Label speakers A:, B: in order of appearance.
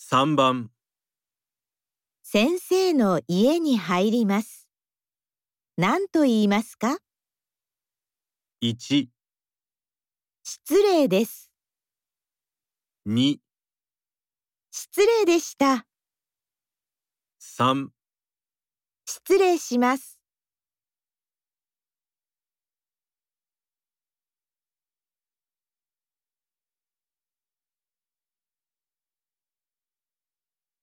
A: 3番
B: 先生の家に入ります。何と言いますか
A: 1、
B: 失礼です。
A: 2、
B: 失礼でした。
A: 3
B: 失礼します。